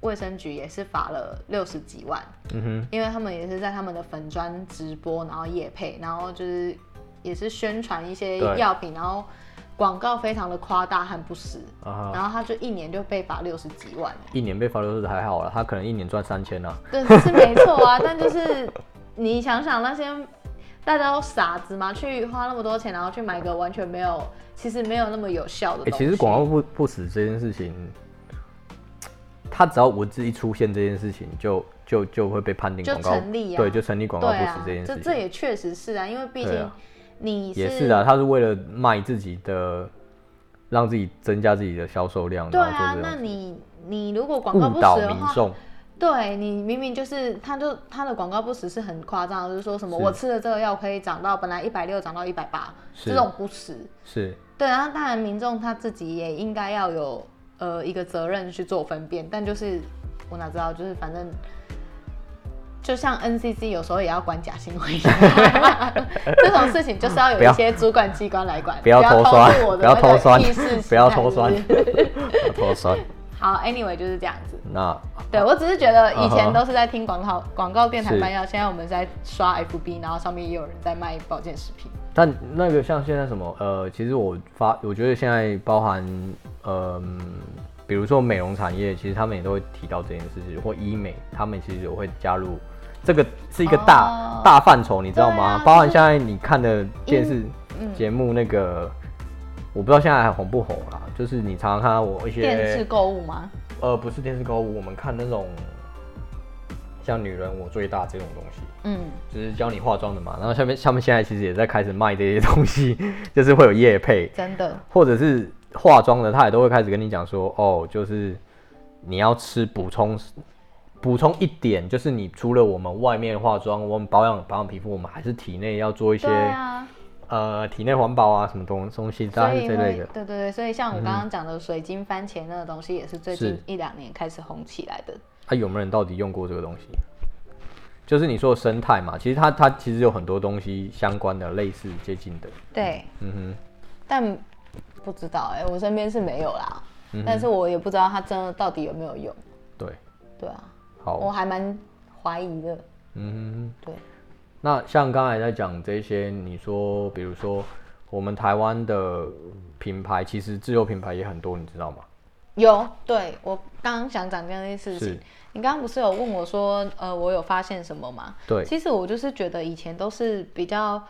Speaker 1: 卫生局也是罚了六十几万，
Speaker 2: 嗯哼，
Speaker 1: 因为他们也是在他们的粉砖直播，然后夜配，然后就是也是宣传一些
Speaker 2: 对
Speaker 1: 药品，然后广告非常的夸大和不实，
Speaker 2: 啊哈，
Speaker 1: 然后他就一年就被罚六十几万，
Speaker 2: 一年被罚六十还好了，他可能一年赚三千啊。
Speaker 1: 对，这是没错 啊，但就是你想想那些。大家都傻子嘛，去花那么多钱，然后去买个完全没有，其实没有那么有效的
Speaker 2: 哎、
Speaker 1: 东西。
Speaker 2: 其实广告不不死这件事情，他只要文字一出现，这件事情就就就会被判定
Speaker 1: 就
Speaker 2: 广告
Speaker 1: 成立啊
Speaker 2: 对，就成立广告
Speaker 1: 对
Speaker 2: 不死
Speaker 1: 啊
Speaker 2: 这件，
Speaker 1: 这
Speaker 2: 事情。
Speaker 1: 这也确实是啊，因为毕
Speaker 2: 对
Speaker 1: 竟
Speaker 2: 啊
Speaker 1: 你
Speaker 2: 也是啊，他是为了卖自己的，让自己增加自己的销售量，
Speaker 1: 对
Speaker 2: 然后
Speaker 1: 啊
Speaker 2: 做，这
Speaker 1: 那
Speaker 2: 样
Speaker 1: 你你如果广告不
Speaker 2: 误导
Speaker 1: 实的
Speaker 2: 民
Speaker 1: 话，
Speaker 2: 众。
Speaker 1: 对你明明就是，他就他的广告不实是很夸张的，就是说什么
Speaker 2: 是
Speaker 1: 我吃了这个药可以涨到本来一百六涨到一百八，
Speaker 2: 是
Speaker 1: 这种不实。
Speaker 2: 是，
Speaker 1: 对，然后当然民众他自己也应该要有呃一个责任去做分辨，但就是我哪知道，就是反正就像 NCC 有时候也要管假新闻一 样，这种事情就是要有
Speaker 2: 不要
Speaker 1: 一些主管机关来管，
Speaker 2: 不要
Speaker 1: 偷
Speaker 2: 偷酸
Speaker 1: 渡我的
Speaker 2: 不要
Speaker 1: 那
Speaker 2: 偷
Speaker 1: 个
Speaker 2: 酸
Speaker 1: 意识
Speaker 2: 不要
Speaker 1: 形态
Speaker 2: 偷
Speaker 1: 是
Speaker 2: 酸
Speaker 1: 不是
Speaker 2: 脱酸。
Speaker 1: 好，anyway 就是这样子。
Speaker 2: 那
Speaker 1: 对，我只是觉得以
Speaker 2: 啊哈
Speaker 1: 前都是在听广告广告电台
Speaker 2: 是
Speaker 1: 卖药，现在我们在刷 FB，然后上面也有人在卖保健食品。
Speaker 2: 但那个像现在什么呃，其实我发，我觉得现在包含呃，比如说美容产业，其实他们也都会提到这件事情，或医美，他们其实也会加入。这个是一个大、
Speaker 1: 哦
Speaker 2: 大范畴，你知道吗？
Speaker 1: 对啊
Speaker 2: 包含
Speaker 1: 就是
Speaker 2: 现在你看的电视
Speaker 1: 嗯
Speaker 2: 节目那个，我不知道现在还红不红啦。就是你常常看到我一些
Speaker 1: 电视购物吗？
Speaker 2: 呃，不是电视购物，我们看那种像《女人我最大》这种东西，
Speaker 1: 嗯，
Speaker 2: 就是教你化妆的嘛。然后下面他们现在其实也在开始卖这些东西， 就是会有夜配，
Speaker 1: 真的，
Speaker 2: 或者是化妆的，他也都会开始跟你讲说，哦，就是你要吃补充。补充一点，就是你除了我们外面化妆，我们保养保养皮肤，我们还是体内要做一些、
Speaker 1: 对啊，
Speaker 2: 呃体内环保啊，什么东东西，
Speaker 1: 所
Speaker 2: 大概是
Speaker 1: 以
Speaker 2: 这类
Speaker 1: 会
Speaker 2: 的。
Speaker 1: 对对对，所以像我刚刚讲的水晶番茄那个东西，也是最近
Speaker 2: 嗯是嗯
Speaker 1: 一两年开始红起来的。
Speaker 2: 他、啊有没有人到底用过这个东西？就是你说的生态嘛，其实它它其实有很多东西相关的、类似接近的。
Speaker 1: 对，
Speaker 2: 嗯
Speaker 1: 但不知道哎、我身边是没有啦，
Speaker 2: 嗯
Speaker 1: 但是我也不知道它真的到底有没有用。
Speaker 2: 哼，对，
Speaker 1: 对啊，我
Speaker 2: 好，
Speaker 1: 还蛮怀疑的。
Speaker 2: 嗯
Speaker 1: 对，
Speaker 2: 哼，那像刚才在讲这些，你说比如说我们台湾的品牌，其实自有品牌也很多，你知道吗？
Speaker 1: 有，对我刚刚想讲这件事
Speaker 2: 是
Speaker 1: 情。你刚刚不是有问我说，呃，我有发现什么吗？
Speaker 2: 对，
Speaker 1: 其实我就是觉得以前都是比较，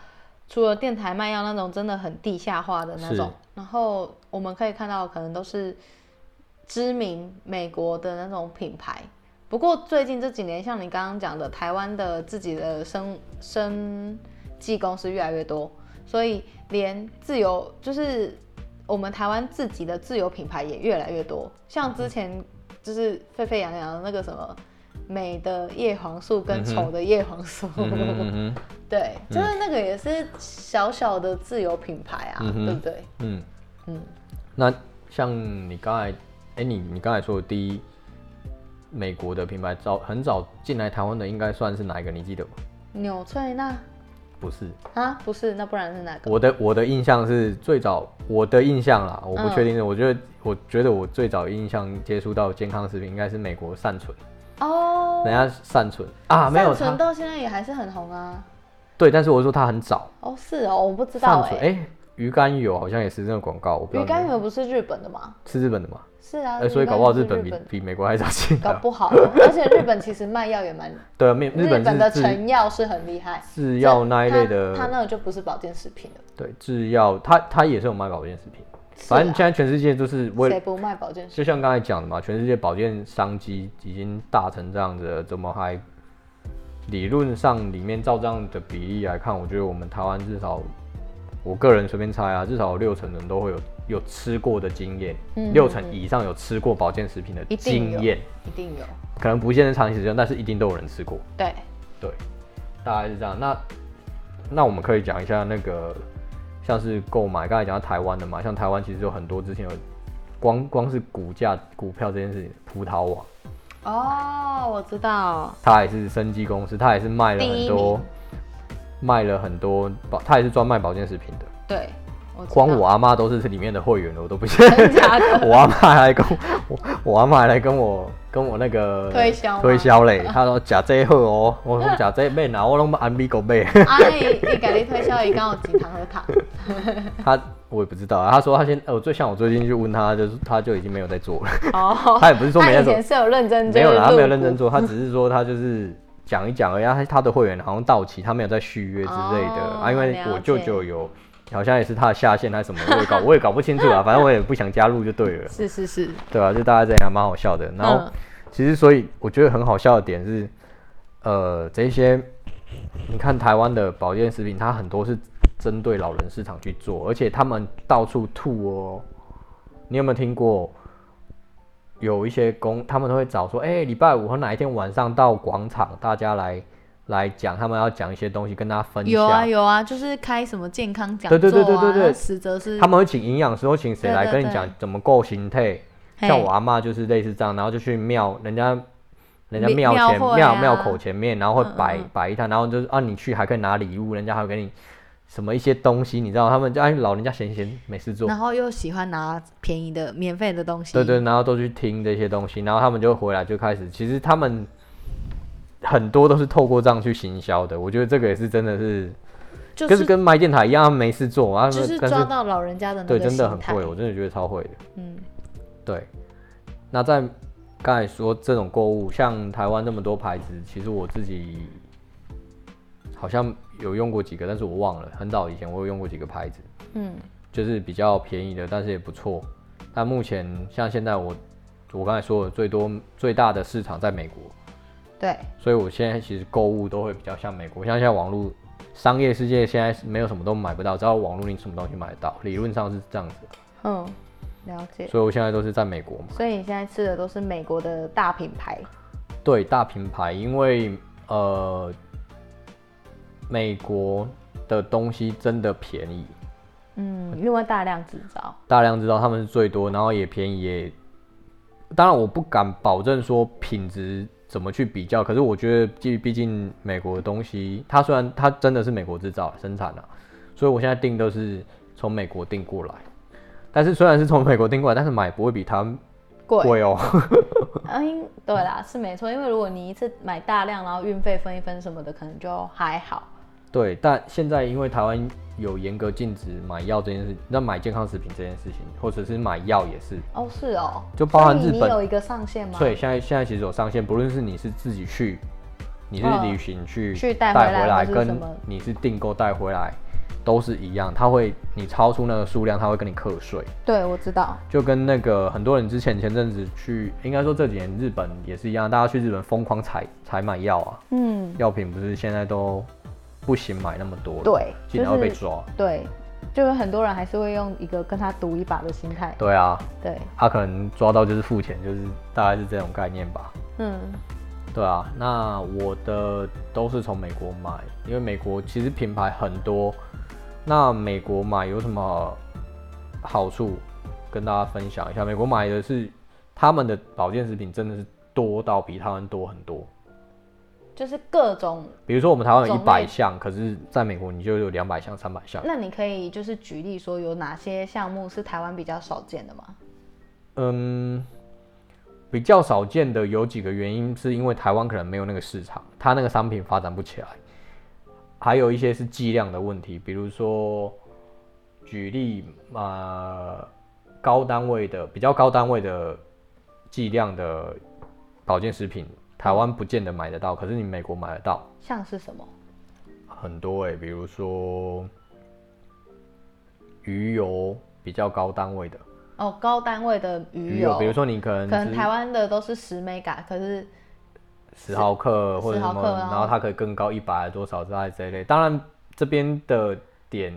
Speaker 1: 除了电台卖药那种真的很地下化的那种
Speaker 2: 是，
Speaker 1: 然后我们可以看到可能都是知名美国的那种品牌。不过最近这几年，像你刚刚讲的，台湾的自己的生生技公司越来越多，所以连自由就是我们台湾自己的自由品牌也越来越多。像之前就是沸沸扬扬的那个什么美的叶黄素跟丑的叶黄素，
Speaker 2: 嗯哼嗯哼
Speaker 1: 对，就是那个也是小小的自由品牌啊，
Speaker 2: 嗯哼
Speaker 1: 对不对？
Speaker 2: 嗯，
Speaker 1: 嗯，
Speaker 2: 那像你刚才，哎、你你刚才说的第一美国的品牌早很早进来台湾的，应该算是哪一个？你记得吗？
Speaker 1: 纽翠娜
Speaker 2: 不是，
Speaker 1: 啊，不是，那不然是哪个？
Speaker 2: 我的我的印象是最早，我的印象啦，我不
Speaker 1: 嗯
Speaker 2: 确定是，我觉得我觉得我最早印象接触到健康食品应该是美国善存，
Speaker 1: 哦，
Speaker 2: 人家善存啊，没有
Speaker 1: 善存
Speaker 2: 它，
Speaker 1: 到现在也还是很红啊。
Speaker 2: 对，但是我说它很早，
Speaker 1: 哦，是哦，我不知道
Speaker 2: 善
Speaker 1: 哎、
Speaker 2: 存，哎、鱼肝油好像也是这个广告，我不知道
Speaker 1: 鱼
Speaker 2: 你们
Speaker 1: 肝油不是日本的吗？
Speaker 2: 是日本的嘛，
Speaker 1: 是啊，
Speaker 2: 哎，所以
Speaker 1: 鱼
Speaker 2: 搞
Speaker 1: 肝
Speaker 2: 不好
Speaker 1: 油是
Speaker 2: 日本比比美国还早进
Speaker 1: 搞
Speaker 2: 来，
Speaker 1: 不好哦，而且日本其实卖药也蛮，
Speaker 2: 对，美 日本
Speaker 1: 的
Speaker 2: 是制
Speaker 1: 成药是很厉害，
Speaker 2: 制药那一类
Speaker 1: 它它
Speaker 2: 的，
Speaker 1: 那个就不是保健食品了，
Speaker 2: 对，制药它它也是有卖保健食品，反正
Speaker 1: 是
Speaker 2: 现在全世界就是
Speaker 1: 啊
Speaker 2: 为了
Speaker 1: 谁不卖保健食
Speaker 2: 就像刚才讲的嘛，全世界保健商机已经大成这样子了，怎么还理论上里面照这样的比例来看，我觉得我们台湾至少，我个人随便猜啊，至少有六成人都会有有吃过的经验，
Speaker 1: 嗯
Speaker 2: 六成以上有吃过保健食品的
Speaker 1: 一定有
Speaker 2: 经验，
Speaker 1: 品？一定有，
Speaker 2: 可能不见得长期使用，但是一定都有人吃过。
Speaker 1: 对，
Speaker 2: 对，大概是这样。那那我们可以讲一下那个像是购买，刚才讲到台湾的嘛，像台湾其实有很多之前有光光是股价股票这件事情，葡萄网
Speaker 1: 哦，我知道，
Speaker 2: 它也是生技公司，它也是卖了
Speaker 1: 第
Speaker 2: 很
Speaker 1: 一
Speaker 2: 多
Speaker 1: 名
Speaker 2: 卖了很多保，它也是专卖保健食品的。
Speaker 1: 对，我知道
Speaker 2: 光我阿啊妈都是这里面的会员了，我都不信。
Speaker 1: 真假 的
Speaker 2: 我阿妈还来跟我，我我阿妈还来跟我跟我那个
Speaker 1: 推销吗
Speaker 2: 推销嘞，她说假这好哦，我说假这妹拿，我拢安比狗妹。
Speaker 1: 啊，伊伊甲你推销伊敢有几堂和糖，
Speaker 2: 她我也不知道啊，她说她先，呃我最像我最近去问她，就是她就已经没有在做了，
Speaker 1: 哦，
Speaker 2: 她也不是说没
Speaker 1: 他
Speaker 2: 在
Speaker 1: 以
Speaker 2: 做
Speaker 1: 前，是有认真，
Speaker 2: 没有啦，
Speaker 1: 了，
Speaker 2: 她没有认真做，她只是说她就是讲一讲而已，她她的会员好像到期，她没有再续约之类的
Speaker 1: 哦
Speaker 2: 啊，因为
Speaker 1: 了
Speaker 2: 我舅
Speaker 1: 解
Speaker 2: 舅有。好像也是她的下线还是什么，我也搞我也搞不 清楚啊，反正我也不想加入就对了，
Speaker 1: 是是是，
Speaker 2: 对啊，就大家这样蛮好笑的。然后、
Speaker 1: 嗯
Speaker 2: 其实，所以我觉得很好笑的点是，呃，这些你看台湾的保健食品，它很多是针对老人市场去做，而且他们到处吐哦。你有没有听过？有一些公，他们都会找说，哎、礼拜五和哪一天晚上到广场，大家来来讲，他们要讲一些东西，跟大家分享。
Speaker 1: 有啊有啊，就是开什么健康讲座啊，
Speaker 2: 对对对对对对
Speaker 1: 实则是
Speaker 2: 他们会请营养师，或请谁
Speaker 1: 对
Speaker 2: 来
Speaker 1: 对
Speaker 2: 跟你
Speaker 1: 对
Speaker 2: 讲怎么够形态。
Speaker 1: 嘿
Speaker 2: 像我啊阿嬷就是类似这样，然后就去庙，人家人家
Speaker 1: 庙
Speaker 2: 庙前
Speaker 1: 庙会
Speaker 2: 庙
Speaker 1: 啊
Speaker 2: 庙口前面，然后会
Speaker 1: 嗯
Speaker 2: 摆
Speaker 1: 嗯嗯
Speaker 2: 摆一摊，然后就是啊，你去还可以拿礼物，人家还会给你什么一些东西，你知道，他们就哎老人家闲闲没事做，
Speaker 1: 然后又喜欢拿便宜的、免费的东西，
Speaker 2: 对对，然后都去听这些东西，然后他们就回来就开始，其实他们很多都是透过这样去行销的，我觉得这个也是真的是，
Speaker 1: 就
Speaker 2: 就是
Speaker 1: 是
Speaker 2: 跟卖电台一样，他们没事做，然后
Speaker 1: 就是
Speaker 2: 但是
Speaker 1: 抓到老人家的那
Speaker 2: 对，
Speaker 1: 个
Speaker 2: 真的
Speaker 1: 心
Speaker 2: 很
Speaker 1: 态
Speaker 2: 会，我真的觉得超会的。
Speaker 1: 嗯，
Speaker 2: 对，那在刚才说这种购物，像台湾那么多牌子，其实我自己好像有用过几个，但是我忘了，很早以前我有用过几个牌子，
Speaker 1: 嗯，
Speaker 2: 就是比较便宜的，但是也不错。但目前像现在我我刚才说的最多最大的市场在美国，
Speaker 1: 对，
Speaker 2: 所以我现在其实购物都会比较像美国，像现在网络商业世界现在没有什么都买不到，只要网络你什么东西买得到，理论上是这样子。
Speaker 1: 嗯，了解。
Speaker 2: 所以我现在都是在美国嘛。
Speaker 1: 所以你现在吃的都是美国的大品牌，
Speaker 2: 对大品牌，因为呃，美国的东西真的便宜，
Speaker 1: 嗯，因为大量制造，
Speaker 2: 大量知道他们是最多，然后也便宜也。当然，我不敢保证说品质怎么去比较，可是我觉得，毕毕竟美国的东西，它虽然它真的是美国制造生产的、啊所以我现在订都是从美国订过来。但是虽然是从美国订过来，但是买不会比它
Speaker 1: 贵，
Speaker 2: 贵哦。
Speaker 1: 嗯，对啦，是没错，因为如果你一次买大量，然后运费分一分什么的，可能就还好。
Speaker 2: 对，但现在因为台湾有严格禁止买药这件事，那买健康食品这件事情，或者是买药也是，
Speaker 1: 哦，是哦，
Speaker 2: 就包含
Speaker 1: 所以
Speaker 2: 日
Speaker 1: 你
Speaker 2: 本
Speaker 1: 有一个上限吗？
Speaker 2: 所以，现在现在其实有上限，不论是你是自己去，你是
Speaker 1: 嗯
Speaker 2: 旅行去
Speaker 1: 去带回来
Speaker 2: 回来，
Speaker 1: 或是什
Speaker 2: 跟
Speaker 1: 么
Speaker 2: 你是订购带回来，都是一样，它会你超出那个数量，它会跟你课税。
Speaker 1: 对，我知道，
Speaker 2: 就跟那个很多人之前前阵子去，应该说这几年日本也是一样，大家去日本疯狂采采买药啊，
Speaker 1: 嗯，
Speaker 2: 药品不是现在都不行买那么多了，
Speaker 1: 对，
Speaker 2: 竟
Speaker 1: 就
Speaker 2: 然会被
Speaker 1: 是
Speaker 2: 抓。
Speaker 1: 对，就是很多人还是会用一个跟他赌一把的心态，
Speaker 2: 对啊，
Speaker 1: 对，
Speaker 2: 他可能抓到就是付钱，就是大概是这种概念吧。
Speaker 1: 嗯，
Speaker 2: 对啊，那我的都是从美国买，因为美国其实品牌很多。那美国买有什么好处？跟大家分享一下，美国买的是他们的保健食品真的是多到比台湾多很多。
Speaker 1: 就是各种，
Speaker 2: 比如说我们台湾有一
Speaker 1: 种
Speaker 2: 百
Speaker 1: 类
Speaker 2: 项，可是在美国你就有两百项、三百项。
Speaker 1: 那你可以就是举例说有哪些项目是台湾比较少见的吗？
Speaker 2: 嗯，比较少见的有几个原因，是因为台湾可能没有那个市场，它那个商品发展不起来。还有一些是剂量的问题，比如说，举例呃，高单位的比较高单位的剂量的保健食品，台湾不见得买得到，可是你美国买得到
Speaker 1: 像是什么？
Speaker 2: 很多诶、比如说鱼油比较高单位的
Speaker 1: 哦，高单位的鱼油，
Speaker 2: 比如说你可能
Speaker 1: 可能
Speaker 2: 只
Speaker 1: 台湾的都是十 mega，可是
Speaker 2: 十毫克
Speaker 1: 10
Speaker 2: 或者什
Speaker 1: 毫
Speaker 2: 么，
Speaker 1: 克嗯然后
Speaker 2: 然后它可以更高一百多少之类这一类。当然，这边的点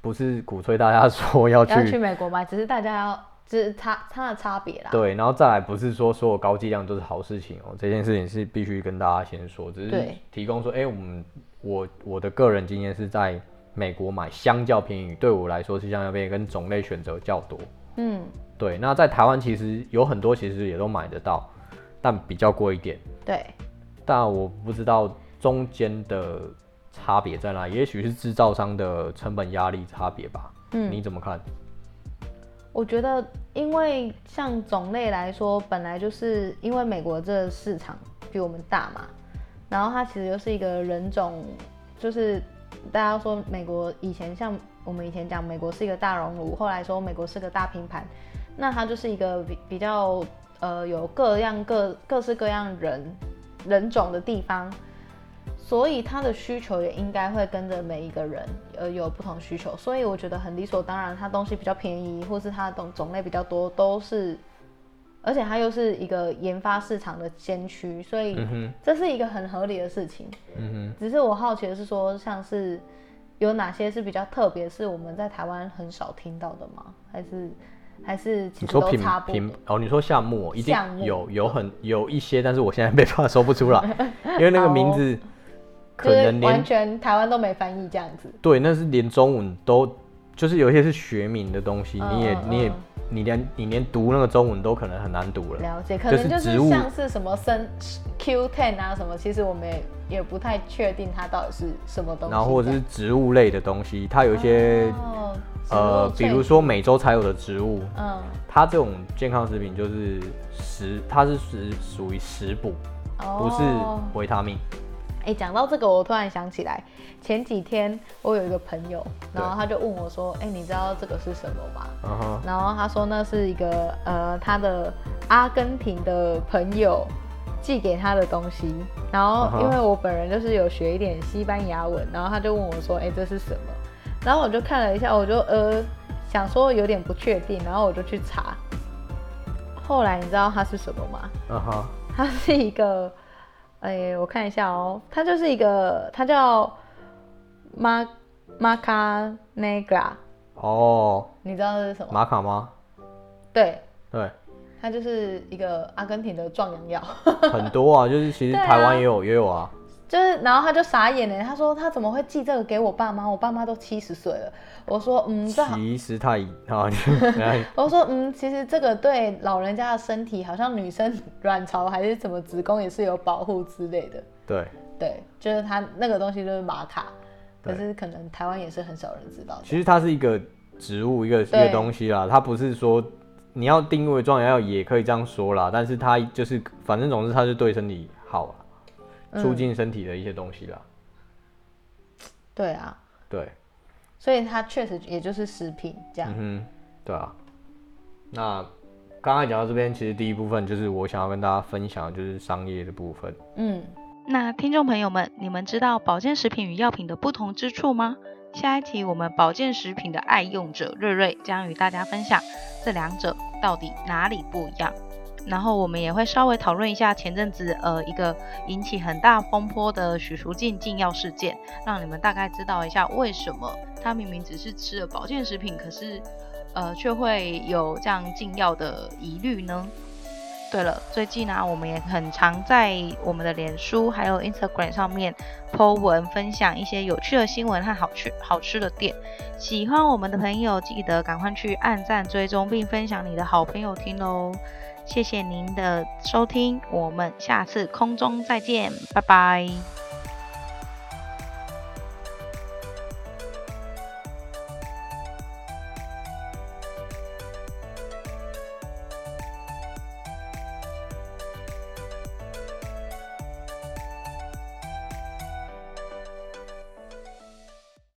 Speaker 2: 不是鼓吹大家说要去
Speaker 1: 要去美国买，只啊是大家要，只是差它的差别啦。
Speaker 2: 对，然后再来不是说所有高剂量都是好事情哦，这件事情是必须跟大家先说，只是
Speaker 1: 对
Speaker 2: 提供说，哎、我们我我的个人经验是在美国买相较便宜，对我来说是相较便宜，跟种类选择较多。
Speaker 1: 嗯，
Speaker 2: 对，那在台湾其实有很多其实也都买得到，但比较贵一点。
Speaker 1: 对，
Speaker 2: 但我不知道中间的差别在哪，也许是制造商的成本压力差别吧。
Speaker 1: 嗯
Speaker 2: 你怎么看？
Speaker 1: 我觉得，因为像种类来说，本来就是因为美国这个市场比我们大嘛，然后它其实又是一个人种，就是大家说美国以前像我们以前讲美国是一个大熔炉，后来说美国是个大拼盘，那它就是一个比比较呃有各样各各式各样人人种的地方，所以他的需求也应该会跟着每一个人，呃，有不同需求，所以我觉得很理所当然，它东西比较便宜，或是它的种种类比较多，都是，而且它又是一个研发市场的先驱，所以
Speaker 2: 嗯哼，
Speaker 1: 这是一个很合理的事情。
Speaker 2: 嗯哼，
Speaker 1: 只是我好奇的是说，像是有哪些是比较特别，是我们在台湾很少听到的吗？还是还是其
Speaker 2: 你
Speaker 1: 实
Speaker 2: 说
Speaker 1: 都
Speaker 2: 品
Speaker 1: 差不多
Speaker 2: 品？哦，你说项目哦一定
Speaker 1: 项目
Speaker 2: 有有很有一些，但是我现在没办法说不 出来，因为那个名
Speaker 1: 好哦
Speaker 2: 字可
Speaker 1: 就是
Speaker 2: 能连
Speaker 1: 完全台湾都没翻译这样子。
Speaker 2: 对，那是连中文都，就是有一些是学名的东西，你也
Speaker 1: 嗯嗯
Speaker 2: 你也
Speaker 1: 嗯
Speaker 2: 你连你连读那个中文都可能很难读了。
Speaker 1: 了解，可
Speaker 2: 就
Speaker 1: 能
Speaker 2: 是
Speaker 1: 就
Speaker 2: 植
Speaker 1: 是
Speaker 2: 物
Speaker 1: 像是什么生 Q ten 啊什么，其实我们也也不太确定它到底是什么东西这样。
Speaker 2: 然后或者是植物类的东西，它有一些、
Speaker 1: 哦
Speaker 2: 呃，
Speaker 1: 植
Speaker 2: 比
Speaker 1: 物
Speaker 2: 如
Speaker 1: 萃
Speaker 2: 说美洲才有的植物，
Speaker 1: 嗯
Speaker 2: 它这种健康食品就是食，它是食属于食补，不是
Speaker 1: 哦
Speaker 2: 维他命。
Speaker 1: 哎，讲到这个，我突然想起来，前几天我有一个朋友，然后他就问我说：“哎，你知道这个是什么吗？”
Speaker 2: 嗯哼，
Speaker 1: 然后他说那是一个呃他的阿根廷的朋友寄给他的东西，然
Speaker 2: 啊哈
Speaker 1: 后因为我本人就是有学一点西班牙文，然后他就问我说，哎、这是什么？然后我就看了一下，我就呃想说有点不确定，然后我就去查。后来你知道它是什么吗？
Speaker 2: 嗯哼，
Speaker 1: 它是一个，哎、我看一下哦，它就是一个，它叫 ma maca negra，
Speaker 2: 哦，
Speaker 1: 你知道这是什么吗？
Speaker 2: 玛卡吗？
Speaker 1: 对，
Speaker 2: 对，
Speaker 1: 它就是一个阿根廷的壮阳药，
Speaker 2: 很多啊，就是其实
Speaker 1: 对啊
Speaker 2: 台湾也有、也有啊。
Speaker 1: 就是然后他就傻眼欸了，他说他怎么会寄这个给我爸妈？我爸妈都七十岁了。我说嗯，这好。
Speaker 2: 其实太啊，
Speaker 1: 我说嗯，其实这个对老人家的身体，好像女生 卵巢还是什么子宫也是有保护之类的。
Speaker 2: 对，
Speaker 1: 对，就是他那个东西就是玛卡，
Speaker 2: 对
Speaker 1: 可是可能台湾也是很少人知道的。
Speaker 2: 其实它是一个植物，一个一
Speaker 1: 对
Speaker 2: 个东西啦，它不是说你要定位壮阳药也可以这样说啦，但是它就是反正总之它是对身体好啊，
Speaker 1: 嗯
Speaker 2: 促进身体的一些东西啦。
Speaker 1: 对啊，
Speaker 2: 对，
Speaker 1: 所以它确实也就是食品这样
Speaker 2: 嗯。哼，对啊。那刚刚讲到这边，其实第一部分就是我想要跟大家分享的就是商业的部分。
Speaker 1: 嗯，
Speaker 3: 那听众朋友们，你们知道保健食品与药品的不同之处吗？下一期我们保健食品的爱用者瑞瑞将与大家分享这两者到底哪里不一样。然后我们也会稍微讨论一下前阵子呃一个引起很大风波的许淑净禁药事件，让你们大概知道一下为什么他明明只是吃了保健食品，可是呃却会有这样禁药的疑虑呢？对了，最近呢、我们也很常在我们的脸书还有 Instagram 上面 po 文，分享一些有趣的新闻和好吃好吃的店。喜欢我们的朋友，记得赶快去按赞、追踪，并分享你的好朋友听哦。谢谢您的收听，我们下次空中再见，拜拜。